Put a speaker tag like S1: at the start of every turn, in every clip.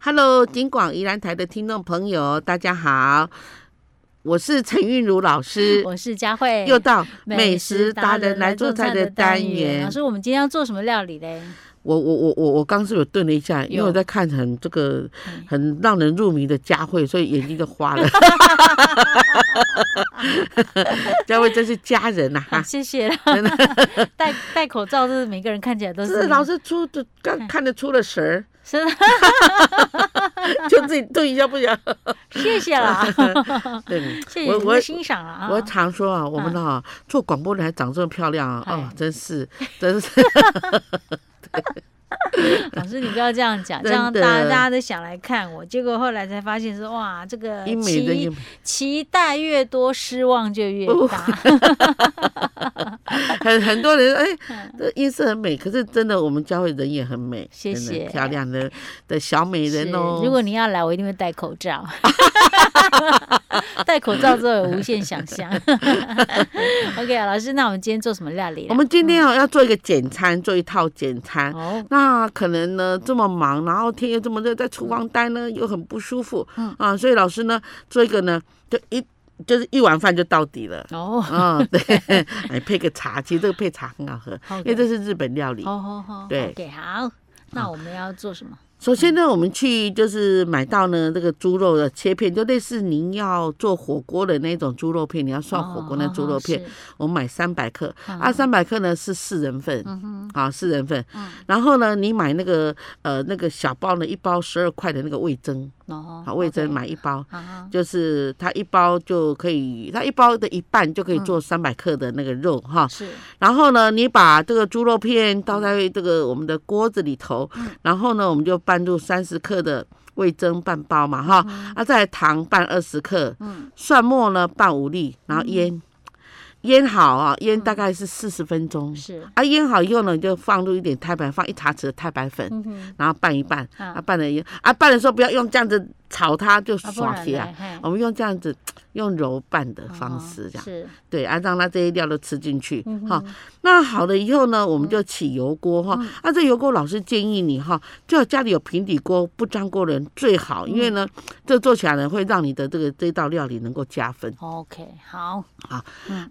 S1: Hello，金广宜兰台的听众朋友，大家好，我是陈韵如老 师，
S2: 我是佳慧，
S1: 又到美食达人来做菜的单
S2: 老
S1: 元。
S2: 师，我们今天要做什么料理嘞？
S1: 我我我我我刚是有顿了一下，因为
S2: 有
S1: 我在看很这个
S2: 嗯
S1: 很让人入迷的佳慧，所以眼睛就花 了。佳慧真是佳人呐、
S2: 啊、
S1: 哈！
S2: 谢谢啦。戴戴口罩，就是每个人看起来都
S1: 这
S2: 是嗯
S1: 老师出的看看得出了神儿，
S2: 是的，
S1: 就自己顿一下不 想。
S2: 谢 谢啦，
S1: 对，
S2: 谢谢
S1: 我
S2: 您
S1: 我
S2: 的欣赏了啊。
S1: 我常说啊，我们啊做广播的还长这么漂亮啊，哦
S2: 哎，
S1: 真 是，真是
S2: 老师，你不要这样 讲，这
S1: 真
S2: 样大
S1: 的
S2: 家大家都想来看我，结果后来才发现是哇，这个
S1: 英美的英哦
S2: 期
S1: 美，
S2: 期待越多，失望就越 大。
S1: 很很多人哎，这音色很美，可是真的我们教会人也很美，
S2: 嗯谢
S1: 真的
S2: 谢
S1: 漂亮的的小美
S2: 是
S1: 人哦。
S2: 如果你要来，我一定会戴口 罩。戴口罩之后有无限想 象。OK 啊，老师，那我们今天做什么料理啦？啊
S1: 我们今天哦要做一个简餐，做一套简餐。
S2: 哦，
S1: 那可能呢这么忙，然后天又这么热，在厨房待呢又很不舒服，
S2: 嗯
S1: 啊，所以老师呢做一个呢就一就是一碗饭就到底了。
S2: 哦，
S1: 嗯，对，哎，配个茶，其实这个配茶很好喝，
S2: 好
S1: 因
S2: 的
S1: 为这是日本料理。
S2: 好好好，
S1: 对嗯
S2: ，OK，好。那我们要做什么？
S1: 首先呢，我们去就是买到呢这个猪肉的切片，就类似您要做火锅的那种猪肉片，你要涮火锅那猪肉片，
S2: 哦，
S1: 我们买三百克，
S2: 嗯
S1: 啊，三百克呢是四人份，
S2: 嗯哼，
S1: 好，四人份
S2: 嗯。
S1: 然后呢，你买那个呃那个小包呢，一包十二块的那个味增，
S2: 哦，
S1: 好，味增
S2: OK，
S1: 买一包。
S2: 啊哈，
S1: 就是它一包就可以，它一包的一半就可以
S2: 嗯
S1: 做三百克的那个肉哈，
S2: 啊是，
S1: 然后呢，你把这个猪肉片倒在这个我们的锅子里头，
S2: 嗯
S1: 然后呢，我们就拌入三十克的味增半包嘛，哈，啊，再来糖拌二十克，
S2: 嗯，
S1: 蒜末呢拌五粒，然后腌，腌好啊，腌
S2: 嗯
S1: 大概是四十分钟，
S2: 是，
S1: 啊，腌好以后呢，你就放入一点太白，放一茶匙的太白粉，
S2: 嗯哼，
S1: 然后拌一拌，
S2: 啊
S1: 啊，拌了一，啊，拌的时候不要用这样子炒它，就
S2: 啊不
S1: 爽
S2: 然
S1: 皮啊
S2: 嘞，嘿
S1: 我们用这样子用揉拌的
S2: 哦
S1: 方式这样。
S2: 是，嗯
S1: 对啊，让它这些料都吃进去哈、那好了以后呢，我们就起油锅
S2: 嗯
S1: 哈。啊，这油锅老师建议你哈，最好家里有平底锅，不粘锅的人最好，因为呢，
S2: 嗯
S1: 这做起来呢会让你的这个这道料理能够加分。
S2: OK，好，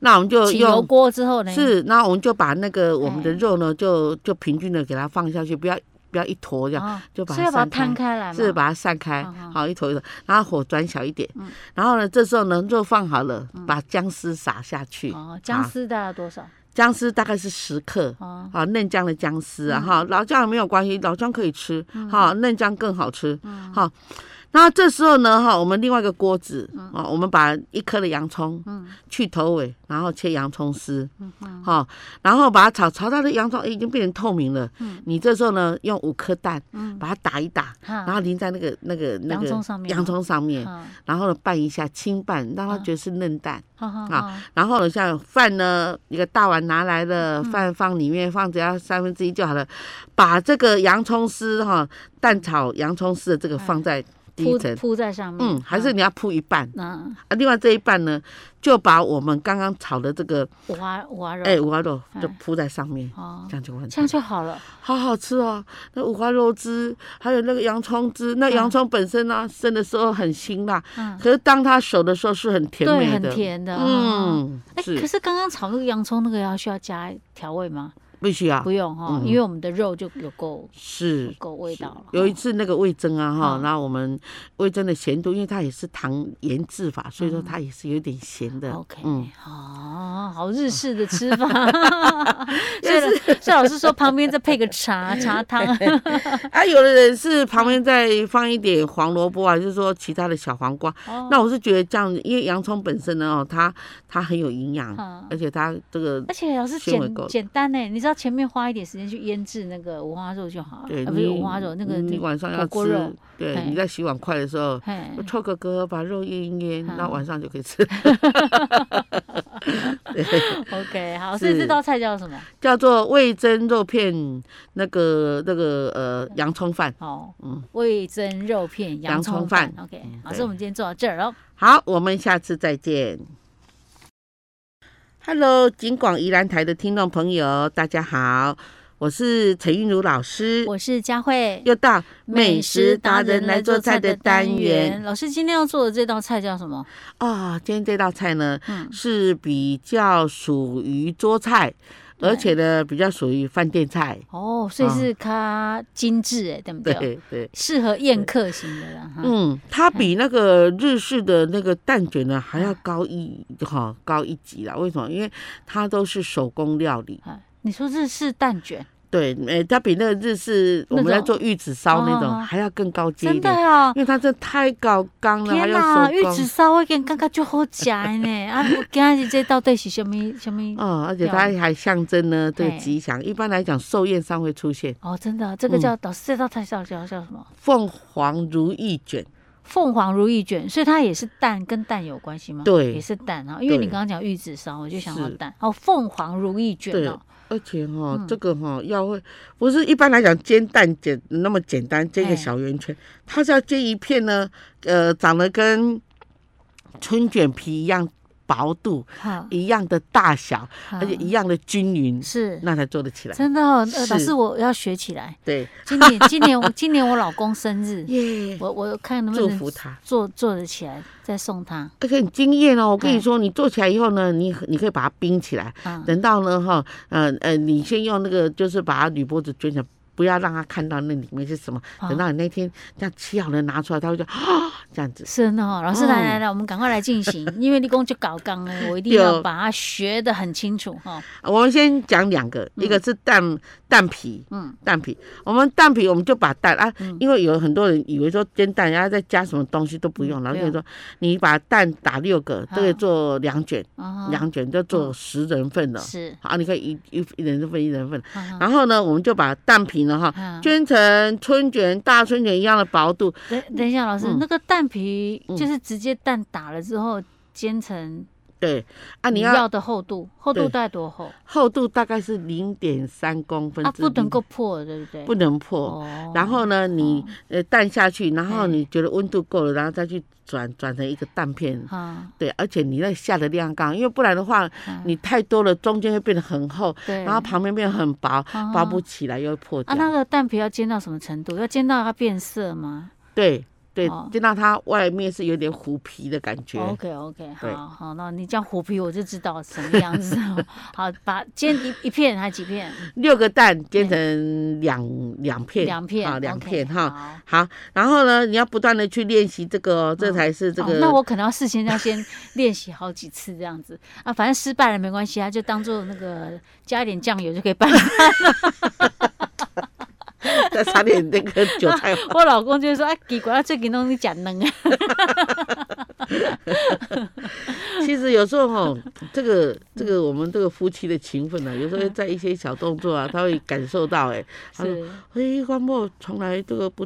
S1: 那我们就
S2: 起油
S1: 用。
S2: 锅之后呢？，哎
S1: 是，那我们就把那个我们的肉呢，就就平均的给它放下去，不要不要一坨这样，
S2: 哦，
S1: 就把
S2: 是
S1: 它
S2: 要把它
S1: 散
S2: 摊开来吗？
S1: 是？把它散开
S2: 嗯，嗯
S1: 好一坨一坨，然后火转小一点，然后呢，这时候呢肉放好了，把姜丝撒下去，
S2: 嗯哦，姜丝大概多少？
S1: 姜丝大概是十克，
S2: 哦，嗯
S1: 好嫩姜的姜丝啊，哈、老姜也没有关系，老姜可以吃，哈、嫩姜更好吃，
S2: 嗯
S1: 哈、那这时候呢，哈，我们另外一个锅子，
S2: 嗯
S1: 啊，我们把一颗的洋葱，去头尾，然后切洋葱丝，
S2: 嗯
S1: 哈、然后把它炒，炒到的洋葱、诶已经变成透明了，
S2: 嗯
S1: 你这时候呢，用五颗蛋，把它打一打，然
S2: 哈，
S1: 后淋在那个那个那个
S2: 嗯洋葱上面
S1: 洋葱上面
S2: 嗯
S1: 然后呢拌一下，轻拌，让它觉得是嫩蛋。
S2: 好好
S1: 啊
S2: 好，
S1: 然后呢，像饭呢，一个大碗拿来了，
S2: 嗯
S1: 饭放里面，放只要三分之一就好了。把这个洋葱丝哈，蛋炒洋葱丝的这个放在第一
S2: 哎铺
S1: 层，
S2: 铺在上面。
S1: 嗯，还是
S2: 啊
S1: 你要铺一半
S2: 那
S1: 啊。另外这一半呢，就把我们刚刚炒的这个
S2: 五花五花肉，
S1: 哎五花肉就
S2: 哎
S1: 铺在上面，
S2: 哦
S1: 这，样就完
S2: 这
S1: 成
S2: 样。就好了。
S1: 好好吃哦，那五花肉汁，还有那个洋葱汁。那洋葱本身呢、生的时候很辛辣，
S2: 嗯，
S1: 可是当它熟的时候是很甜
S2: 对，
S1: 美
S2: 很
S1: 的，
S2: 甜的。嗯，
S1: 嗯，
S2: 哎，可
S1: 是
S2: 是刚刚炒那个洋葱那个要需要加调味吗？
S1: 必须啊
S2: 不，用哈，
S1: 嗯
S2: 因为我们的肉就有够有
S1: 是
S2: 够味道了。
S1: 有一
S2: 哦
S1: 次那个味增啊哈，
S2: 嗯
S1: 那我们味增的咸度，因为它也是糖盐制法，所以说它也是有点咸的。
S2: 嗯 OK，
S1: 嗯，
S2: 哦，好日式的吃 法， 所以所以老师说旁边再配个茶茶 汤，
S1: 啊，有的人是旁边再放一点黄萝卜啊，就是说其他的小黄瓜。
S2: 哦，
S1: 那我是觉得这样，因为洋葱本身呢，哦，它它很有营养，
S2: 嗯
S1: 而且它这个
S2: 而且老师
S1: 纤维
S2: 简
S1: 够了
S2: 简单呢，你知道前面花一点时间去腌制那个五花肉就好了，
S1: 对
S2: 啊不
S1: 你
S2: 是五花肉那个
S1: 你
S2: 那个，
S1: 晚上
S2: 火
S1: 要
S2: 锅肉哎
S1: 吃，对，
S2: 嘿
S1: 你在洗碗筷的时候，
S2: 嘿
S1: 我抽个嗝把肉腌一腌，
S2: 嗯
S1: 那晚上就可以吃，
S2: ，OK，好，所以
S1: 是
S2: 这道菜叫什么？
S1: 叫做味增肉片那个那个呃洋葱饭。
S2: 哦
S1: 嗯，
S2: 味增肉片
S1: 洋
S2: 洋
S1: 葱
S2: 葱
S1: 饭
S2: 饭，OK，
S1: 嗯
S2: 老师，
S1: 对
S2: 我们今天做到这儿喽。
S1: 好，我们下次再见。Hello，景广宜兰台的听众朋友，大家好，我是陈韵如老师，
S2: 我是佳慧。
S1: 又到美食达人来做菜的单元
S2: 老师今天要做的这道菜叫什么？
S1: 啊、今天这道菜呢、是比较属于桌菜，而且呢比较属于饭店菜。
S2: 哦，所以是它精致哎，对不对？
S1: 啊对对，
S2: 适合宴客型的啦。哈
S1: 嗯，它比那个日式的那个蛋卷呢还要高一哈、
S2: 嗯
S1: 高一级啦。为什么？因为它都是手工料理。
S2: 啊，你说日式蛋卷，
S1: 对，诶、它比那个日式我
S2: 那
S1: 们在
S2: 种
S1: 做玉子烧那种
S2: 哦
S1: 还要更高阶一
S2: 真的
S1: 点，
S2: 啊！
S1: 因为它这太高纲了，还
S2: 天
S1: 要
S2: 哪，玉
S1: 手
S2: 子
S1: 工。
S2: 烧我跟刚刚就好食的 呢。啊，我今日这到底是什么什么？
S1: 哦，而且它还象征呢对
S2: 嘿
S1: 吉祥。一般来讲，寿宴上会出现
S2: 哦，真的啊，这个叫
S1: 嗯
S2: 老师这道菜叫叫叫什么？
S1: 凤凰如意卷，
S2: 凤凰如意卷，所以它也是蛋，跟蛋有关系吗？
S1: 对
S2: 也是蛋啊。因为
S1: 对
S2: 你刚刚讲玉子烧，我就想到
S1: 是
S2: 蛋。哦，凤凰如意卷
S1: 对
S2: 哦，
S1: 而且哈、这个哈、要会不是一般来讲煎蛋简那么简单，煎个
S2: 嘿
S1: 小圆圈，它是要煎一片呢，呃，长得跟春卷皮一样薄度、
S2: 哈，
S1: 一样的大小，
S2: 哈
S1: 哎而且一样的均匀，
S2: 是
S1: 那才做得起来。
S2: 啊真的哦。呃
S1: 是
S2: 老师，我要学起来。
S1: 对，
S2: 今 年，今年我，今年我老公生日，
S1: 耶，
S2: 我我看能不
S1: 祝
S2: 能
S1: 福他。
S2: 做做得起来，再送他。
S1: 而且很惊艳哦！我跟你
S2: 嘿
S1: 说，你做起来以后呢，你你可以把它冰起来，
S2: 啊，
S1: 等到呢哈，呃呃，你先用那个就是把它铝箔纸卷起来，不要让它看到那里面是什么。
S2: 啊
S1: 等到你那天这样切好了拿出来，他会就啊这样子。
S2: 真的哦，老师
S1: 嗯
S2: 来来来，我们赶快来进 行，因为立功就搞纲了，我一定
S1: 对哦
S2: 要把它学得很清楚哈。
S1: 我们先讲两个，一个是蛋蛋皮，
S2: 嗯，
S1: 蛋皮，我们蛋皮我们就把蛋啊，因为有很多人以为说煎蛋，然后再加什么东西都不用，
S2: 嗯
S1: 然后
S2: 不
S1: 就
S2: 用嗯
S1: 说你把蛋打六个，
S2: 好
S1: 这个做两卷，
S2: 啊
S1: 嗯两卷就做十人份了。
S2: 是，
S1: 好，你可以一一一人份一人份，
S2: 啊
S1: 然后呢，我们就把蛋皮呢哈
S2: 啊
S1: 圈成春卷、大春卷一样的薄度，
S2: 等等一下，老师，
S1: 嗯
S2: 那个蛋皮
S1: 嗯
S2: 就是直接蛋打了之后煎成
S1: 对啊，你
S2: 你
S1: 要
S2: 要的厚度，厚度
S1: 对
S2: 大概多厚？
S1: 厚度大概是零点三公分
S2: 啊，
S1: 之
S2: 不能
S1: 0
S2: 够破，对不对？
S1: 不能破，
S2: 哦
S1: 然后呢，你呃蛋下去，然后
S2: 嘿
S1: 你觉得温度够了，然后再去转转成一个蛋片。
S2: 啊，
S1: 对，而且你那下的量刚，因为不然的话，
S2: 嗯
S1: 你太多了，中间会变得很厚，
S2: 对，
S1: 然后旁边变得很薄，
S2: 啊
S1: 包不起来又会破掉。
S2: 啊，那个蛋皮要煎到什么程度？要煎到它变色吗
S1: 对对
S2: 哦，
S1: 就让它外面是有点虎皮的感觉。
S2: ？OK OK，
S1: 对
S2: 好好，那你讲虎皮我就知道什么样子了。 好，把煎一一片还几片？
S1: 六个蛋煎成两两片，
S2: 两片
S1: 啊，两
S2: OK，
S1: 片哈。
S2: 好
S1: 好，然后呢，你要不断的去练习这个哦，这
S2: 嗯
S1: 才是这
S2: 哦
S1: 个。
S2: 那我可能要事先要先 练习好几次这样子啊，反正失败了没关系啊，就当做那个加一点酱油就可以拌。
S1: 再撒点那个韭 菜花。
S2: 我老公就会说啊，奇怪，啊最近拢你讲嫩 啊，
S1: 其实有时候哈，这个
S2: 嗯
S1: 这个我们这个夫妻的情分呢、啊，有时候在一些小动作啊，他会感受到哎、他说。
S2: 是
S1: 哎，关默从来这个不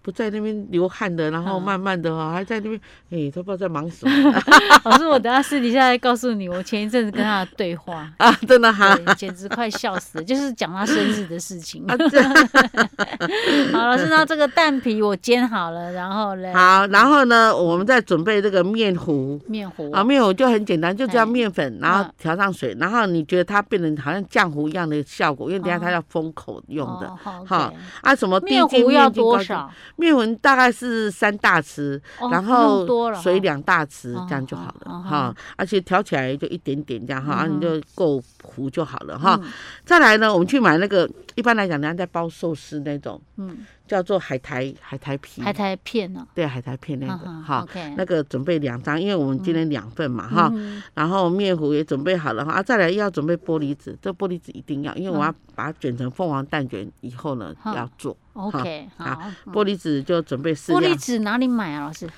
S1: 不在那边流汗的，然后
S2: 嗯
S1: 慢慢的哈、还在那边，哎，都不知道在忙什么
S2: 老师，我等下私底下再告诉你，我前一阵子跟他的对话
S1: ，啊，真的哈、
S2: 对，简直快笑死了，就是讲他生日的事情。
S1: 啊这
S2: 好，老师，那这个蛋皮我煎好了，然后嘞，
S1: 好，然后呢，我们再准备这个面糊，
S2: 面糊
S1: 啊，面糊就很简单，就这样
S2: 哎
S1: 面粉，然后
S2: 嗯
S1: 调上水，然后你觉得它变成好像浆糊一样的效果，因为等一下它要封口用的。
S2: 哦好
S1: 哈
S2: OK
S1: 啊，什么低
S2: 面
S1: 筋
S2: 糊要
S1: 筋高
S2: 多
S1: 筋
S2: 少？
S1: 面粉大概是三大匙，
S2: 哦
S1: 然
S2: 不
S1: 后
S2: 用多了
S1: 水
S2: 哈
S1: 两大匙，
S2: 哦
S1: 这样就好了
S2: 哦
S1: 哈、而且调起来就一点点这样哈，啊你
S2: 嗯哼
S1: 就够糊就好了哈、
S2: 嗯
S1: 再来呢，我们去买那个，一般来讲，人家在包寿司那种，
S2: 嗯，
S1: 叫做海苔海苔皮，
S2: 海苔片呢？
S1: 对海苔嗯片那
S2: 哈
S1: 个
S2: 哈
S1: 哈、
S2: ，OK，
S1: 那个准备两张，因为我们今天两份嘛哈、
S2: 嗯
S1: 然后面糊也准备好了哈，啊，再来要准备玻璃纸，这玻璃纸一定要，因为我要把它卷成凤凰蛋卷以后呢、
S2: 嗯
S1: 要做。
S2: OK，
S1: 好
S2: 好。嗯
S1: 玻璃纸就准备适
S2: 玻
S1: 量
S2: 璃，纸哪里买啊，老师？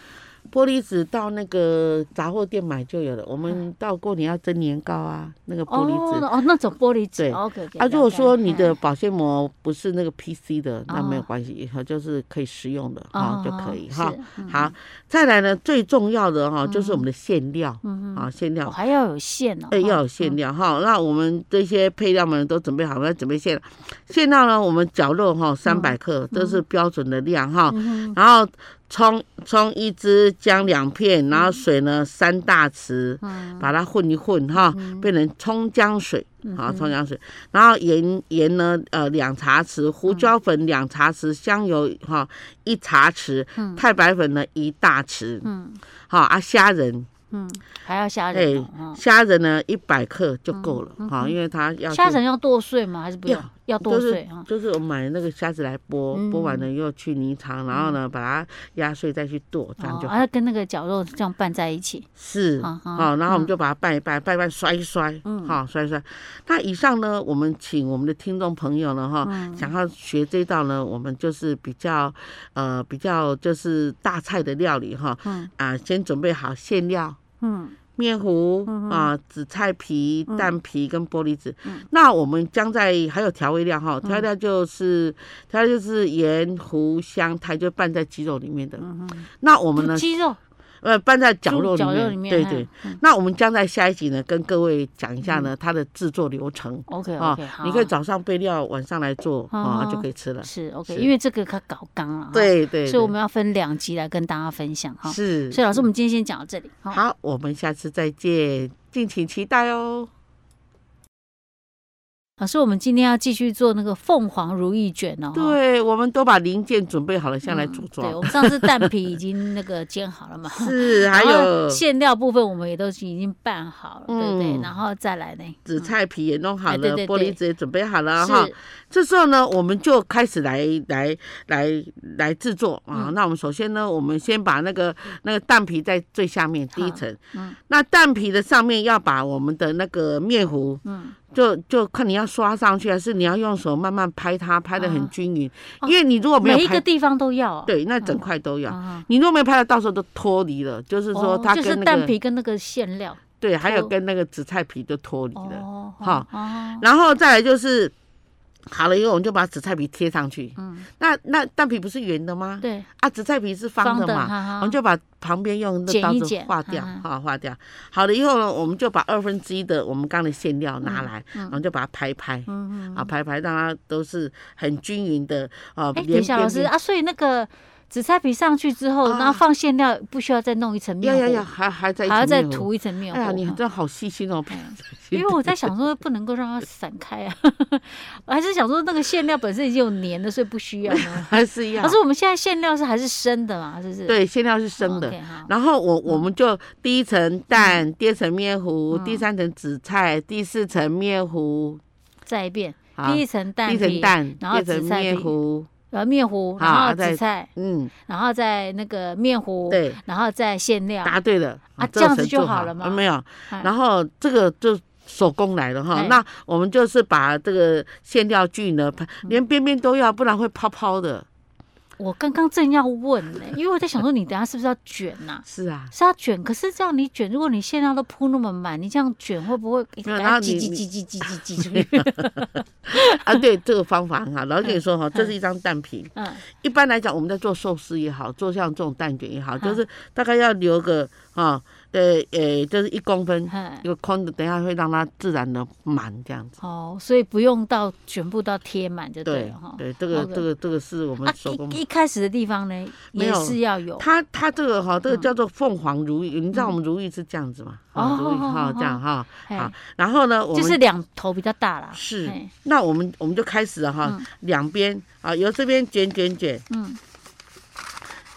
S1: 玻璃纸到那个杂货店买就有了。我们到过年要蒸年糕啊，那个玻璃纸。
S2: 哦哦，那种玻璃纸
S1: 对。
S2: OK，
S1: 啊，如果说你的保鲜膜不是那个 PC 的，那没有
S2: 哦
S1: 关系，以后就是可以食用的哈就可以哈。，
S2: 嗯
S1: 好，再来呢，最重要的哈就是我们的馅料
S2: 嗯
S1: 啊，馅
S2: 哦
S1: 料。
S2: 还要有馅哦，
S1: 哎，要有
S2: 哦
S1: 馅料哈。那我们这些配料们都准备好，我们要准备馅料。馅料呢，我们绞肉哈，三百克，这是标准的量哈。
S2: 嗯嗯哼
S1: 然后葱葱一只，姜两片，
S2: 嗯
S1: 然后水呢三大匙，把它混一混哈，
S2: 嗯
S1: 变成葱姜水。好，葱姜水，然后盐盐呢，呃，两茶匙，胡
S2: 嗯
S1: 椒粉两茶匙，香油哈、一茶匙，太白粉呢一大匙，
S2: 嗯
S1: 好啊，虾仁，
S2: 嗯，还要虾
S1: 哎
S2: 仁哦，
S1: 虾仁呢一百克就够了，好，因为它要
S2: 嗯
S1: 是
S2: 虾仁要剁碎吗？还是不用？要剁
S1: 就是
S2: 碎啊？
S1: 就是我买那个虾子来剥，
S2: 嗯
S1: 剥完了又去泥肠，然后呢把它压碎再去剁，这样
S2: 哦，
S1: 就好
S2: 啊，跟那个绞肉这样拌在一起。
S1: 是
S2: 啊哈
S1: 好，然后我们就把它拌一拌，拌一拌摔一摔，
S2: 嗯
S1: 好摔一摔。那以上呢，我们请我们的听众朋友呢哈，
S2: 嗯
S1: 想要学这道呢，我们就是比较呃比较就是大菜的料理哈
S2: 嗯，
S1: 啊先准备好馅料，
S2: 嗯
S1: 面糊啊、紫菜皮、蛋皮跟玻璃纸。
S2: 嗯
S1: 那我们将在还有调味料哈，调味料就是调味料就是盐、胡、香、苔，就拌在鸡肉里面的。
S2: 嗯
S1: 那我们
S2: 嗯，
S1: 呢，
S2: 鸡肉
S1: 呃，拌在绞
S2: 猪
S1: 肉里
S2: 绞肉
S1: 面。
S2: 里面，
S1: 对
S2: 哎
S1: 对。。那我们将在下一集呢，跟各位讲一下呢、它的制作流程。
S2: OK
S1: 啊
S2: 嗯 OK，好，
S1: 你可以早上备料，晚上来做啊、
S2: 哦
S1: 就可以吃了。
S2: 是 OK，
S1: 是
S2: 因为这个它搞纲了，，
S1: 对对
S2: 所以我们要分两集来跟大家分享哈。
S1: 是
S2: 所以老师，我们今天先讲到这里，好
S1: 好，我们下次再见，敬请期待哦。
S2: 老师，我们今天要继续做那个凤凰如意卷哦。哈。
S1: 对，我们都把零件准备好了，现在来组装
S2: 对，。我们上次蛋皮已经那个煎好了嘛，
S1: 是， 还
S2: 然后
S1: 有
S2: 馅料部分我们也都已经拌好了，对不对？
S1: 嗯
S2: 然后再来呢，
S1: 紫菜皮也弄好
S2: 哎
S1: 了，
S2: 对对
S1: 玻
S2: 对
S1: 璃纸也准备好了哈
S2: 是。
S1: 这时候呢，我们就开始来来来来制作啊。那我们首先呢，我们先把那个那个蛋皮在最下面第一
S2: 好
S1: 层，
S2: 嗯
S1: 那蛋皮的上面要把我们的那个面糊，
S2: 嗯
S1: 就就看你要刷上去，还是你要用手慢慢拍它，拍的很
S2: 啊
S1: 均匀。
S2: 哦
S1: 因为你如果没
S2: 每一
S1: 有
S2: 个
S1: 拍，
S2: 地方都要哦。
S1: 对，那整块都要。
S2: 啊，
S1: 你如果没拍到，到时候都脱离了，就是说
S2: 哦
S1: 它
S2: 就是
S1: 跟那
S2: 蛋
S1: 个
S2: 皮跟那个馅料
S1: 对，还有
S2: 脱
S1: 跟那个紫菜皮就脱离了。
S2: 哦，
S1: 好
S2: 哦，
S1: 然后再来就是好了以后，我们就把紫菜皮贴上去。
S2: 嗯，
S1: 那那蛋皮不是圆的吗？
S2: 对，
S1: 啊，紫菜皮是方的嘛，
S2: 哈
S1: 我
S2: 哈
S1: 们就把旁边用那刀
S2: 剪一
S1: 子
S2: 剪嗯
S1: 划掉
S2: 哈，
S1: 哈，划掉。好了以后呢，我们就把二分之一的我们刚的馅料拿来，然后就把它拍一拍，
S2: 嗯嗯。
S1: 啊，拍一拍，让它都是很均匀的啊。
S2: 哎，
S1: 连
S2: 等一下，
S1: 边
S2: 老师
S1: 边
S2: 啊，所以那个紫菜皮上去之后，
S1: 啊
S2: 然后放馅料，不需要再弄一层面
S1: 要
S2: 糊，
S1: 要要，还还在
S2: 还要再
S1: 涂。
S2: 涂一层面糊。
S1: 哎呀，你
S2: 哈
S1: 真好细心哦，
S2: 因为我在想说不能够让它散开啊， 我还是想说那个馅料本身已经有粘的，所以不需要 呢。
S1: 还是一样
S2: 可。是我们现在馅料是还是生的嘛，是不是？
S1: 对，馅料是生
S2: 哦
S1: 的。
S2: ，OK，好嗯
S1: 然后我我们就第一层蛋，第二层面糊，第三层紫菜，第四层面糊，
S2: 再一遍，
S1: 好
S2: 第一层蛋
S1: 第一
S2: 皮，
S1: 层蛋，第
S2: 然后
S1: 二
S2: 紫
S1: 层
S2: 菜
S1: 面
S2: 皮，
S1: 糊，
S2: 然后面糊，
S1: 好
S2: 然后
S1: 再
S2: 紫菜，
S1: 嗯，
S2: 然后再那个面糊，
S1: 对，
S2: 然后再馅料。
S1: 答对了
S2: 啊
S1: 个
S2: 这样子
S1: 程
S2: 就
S1: 度
S2: 好了吗
S1: 啊没有，
S2: 哎
S1: 然后这个就。手工来了哈
S2: 哎，
S1: 那我们就是把这个馅料具呢，
S2: 嗯
S1: 连边边都要，不然会泡泡的。
S2: 我刚刚正要问呢，因为我在想说你等下是不是要卷呐？
S1: 是啊，
S2: 是要卷，可是这样你卷，如果你馅料都铺那么满，你这样卷会不会给
S1: 没有然后
S2: 它挤
S1: 你
S2: 挤
S1: 你
S2: 挤挤挤挤挤出去？
S1: 啊对，这个方法很好。老师跟你说哈，这是一张蛋皮，
S2: 嗯，
S1: 一般来讲，我们在做寿司也好，做像这种蛋卷也好，
S2: 嗯
S1: 就是大概要留个啊，呃呃，就是一公分
S2: 嗯
S1: 一个空的，等一下会让它自然的满这样子。
S2: 哦，所以不用到全部到贴满就对
S1: 对
S2: 了哈。
S1: 对，这个
S2: OK
S1: 这个这个是我们
S2: 啊
S1: 手工。，
S2: 一一开始的地方呢，
S1: 没
S2: 也
S1: 有
S2: 是要有
S1: 它它这个哈，这个叫做凤凰如意，你知道我们如意是这样子嘛？啊，
S2: 嗯哦
S1: 如意
S2: 好好
S1: 哈
S2: 好
S1: 这样哈，
S2: 嘿
S1: 好，然后啊呢，我们
S2: 就是两头比较大啦。
S1: 是
S2: 嘿，
S1: 那我们我们就开始了哈，两边啊由这边卷卷卷，
S2: 嗯，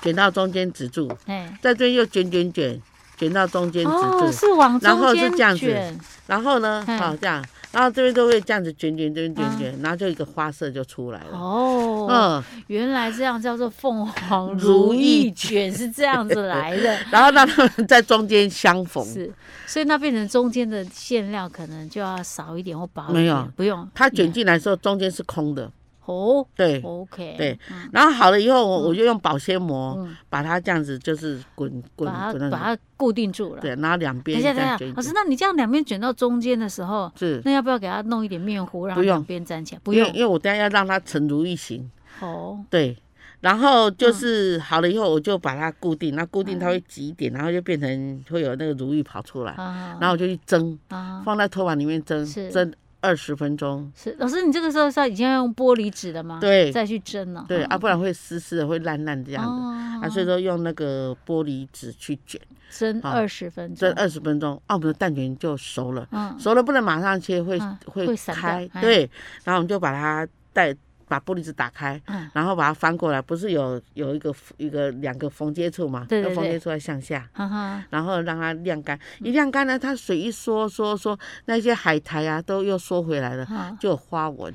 S1: 卷到中间止住，
S2: 哎，
S1: 在这边又卷卷卷，卷到中间止
S2: 哦，
S1: 住。
S2: 是往
S1: 然后是
S2: 中间
S1: 这样子
S2: 卷，
S1: 然后呢，
S2: 嗯
S1: 好、这样，然后这边都会这样子卷卷卷卷卷，然后就一个花色就出来了。
S2: 哦，
S1: 嗯，
S2: 原来这样叫做凤凰
S1: 如
S2: 如
S1: 意
S2: 意卷是这样子来
S1: 。
S2: 的
S1: 然后让它们在中间相逢。
S2: 是，所以那变成中间的馅料可能就要少一点或薄一
S1: 没
S2: 点，
S1: 有
S2: 不用
S1: 它卷
S2: 也
S1: 进来的时候，中间是空的，
S2: 哦
S1: 对。
S2: ，OK，
S1: 对
S2: 嗯
S1: 然后好了以后，我我就用保鲜膜、
S2: 嗯
S1: 把它这样子，就是滚滚
S2: 把
S1: 滚
S2: 它
S1: 那
S2: 把
S1: 种，
S2: 它固定住了。
S1: 对，然后两
S2: 等
S1: 边
S2: 一
S1: 这
S2: 下，等一
S1: 样
S2: 下
S1: 卷，
S2: 老
S1: 一
S2: 师
S1: 卷。，
S2: 那你这样两边卷到中间的时候，
S1: 是，
S2: 那要不要给它弄一点面糊，让
S1: 不
S2: 它
S1: 用
S2: 两边粘起来？不
S1: 因为
S2: 用
S1: 因为我等一下要让它成如意形，
S2: 哦，
S1: 对。然后
S2: 嗯
S1: 就是好了以后，我就把它固定，那固定它会挤一点，然后就变成会有那个如意跑出来，
S2: 啊
S1: 然后我就去蒸，
S2: 啊，
S1: 放在托盘里面蒸
S2: 是
S1: 蒸二十分钟。
S2: 是老师，你这个时候是要已经要用玻璃纸了吗？
S1: 对
S2: 嗯再去蒸了。
S1: 对
S2: 哈
S1: 啊，不然会湿湿的，会烂烂这样子、
S2: 哦
S1: 啊，所以说用那个玻璃纸去卷，
S2: 蒸
S1: 好
S2: 二十分
S1: 这
S2: 钟，
S1: 二十分钟，啊，我们的蛋卷就熟了。
S2: 嗯，
S1: 熟了不能马上切，会、
S2: 嗯会
S1: 会
S2: 散掉
S1: 开，
S2: 哎
S1: 对，然后我们就把它带把玻璃纸打开，
S2: 嗯
S1: 然后把它翻过来，不是有有一个一个两个缝接处嘛？
S2: 对对
S1: 那缝
S2: 对嗯
S1: 接处在向下。
S2: 哈哈，
S1: 然后让它晾干，一晾干呢，它水一缩缩缩，那些海苔啊都又缩回来了，
S2: 哈，
S1: 就有花纹。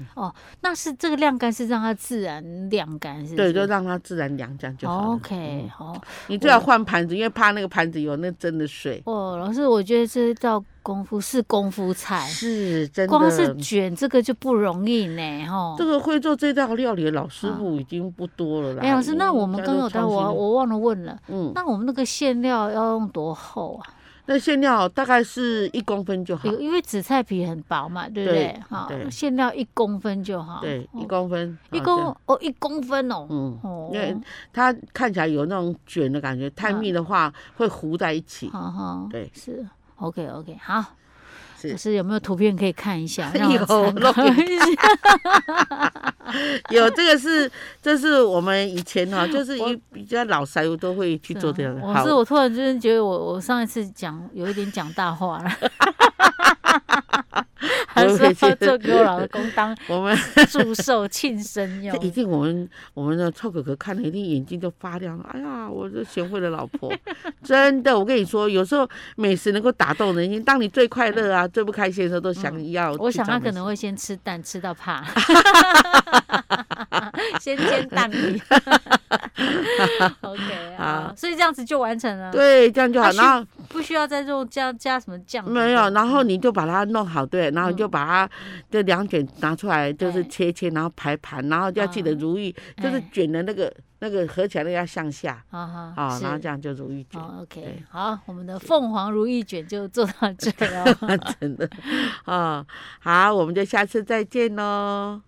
S2: 那是这个晾干是让它自然晾干，是不
S1: 对，
S2: 是？
S1: 就
S2: 哦
S1: 让它自然凉，这样就好了。
S2: OK，
S1: 嗯
S2: 好
S1: 你最好换盘子，因为怕那个盘子有那蒸的水。
S2: 哦，老师，我觉得这道功夫是功夫菜，
S1: 是真的，
S2: 光是卷这个就不容易呢，哈
S1: 这。个会做这道料理的老师
S2: 嗯
S1: 傅已经不多了啦。
S2: 哎，老师，那我们
S1: 家
S2: 刚
S1: 都
S2: 有到
S1: 创新
S2: 我
S1: 了
S2: 我忘了问了，
S1: 嗯，
S2: 那我们那个馅料要用多厚啊？
S1: 那馅料大概是一公分就好
S2: 有，因为紫菜皮很薄嘛，对不
S1: 对
S2: 对？好，
S1: 对
S2: 馅料一公分就好。
S1: 对，
S2: 哦
S1: 一公分，
S2: 一
S1: 啊
S2: 公，哦，一公分哦。
S1: 嗯
S2: 哦嗯
S1: 这样因为它看起来有那种卷的感觉，太密的话会糊在一起。
S2: 好好，
S1: 对
S2: 是 OK OK，好。
S1: 是
S2: 老师有没有图片可以看 一下？让
S1: 有
S2: 我参
S1: 肉
S2: 考
S1: 眼
S2: 一下。
S1: 有这个是，这是我们以前哈，就是一比较老塞都会去
S2: 是
S1: 做
S2: 啊
S1: 这样的。
S2: 我
S1: 好
S2: 是我突然之间觉得我我上一次讲有一点讲大话 了， 还
S1: 我
S2: 说
S1: 也觉
S2: 要
S1: 得
S2: 做给我老公当
S1: 我们
S2: 祝寿庆生用
S1: 这。一定我们我们的臭哥哥看了一定眼睛就发亮了。哎呀，我这贤惠的老婆，真的，我跟你说，有时候美食能够打动人心。当你最快乐啊、最不开心的时候，都想要、
S2: 嗯我想他可能
S1: 会。
S2: 会先吃蛋，吃到怕， 先煎 蛋皮。OK 啊，所以这样子就完成了，
S1: 对，这样就好。
S2: 啊是
S1: 然后
S2: 不需要再用加加什么酱。
S1: 没有，然
S2: 嗯
S1: 后你就把它弄好，对，然后你就把它就两卷拿出来，就是
S2: 对
S1: 切切，然后排盘，然后要记得
S2: 啊
S1: 如意，就是
S2: 哎
S1: 卷的那个那个合起来那个要向下
S2: 啊
S1: 啊，然后这
S2: 样。
S1: 样就如意卷，
S2: 好 OK，
S1: 对
S2: 好，我们的凤凰如意卷就做 到这了。哦
S1: 哦真的啊。好，我们就下次再见喽。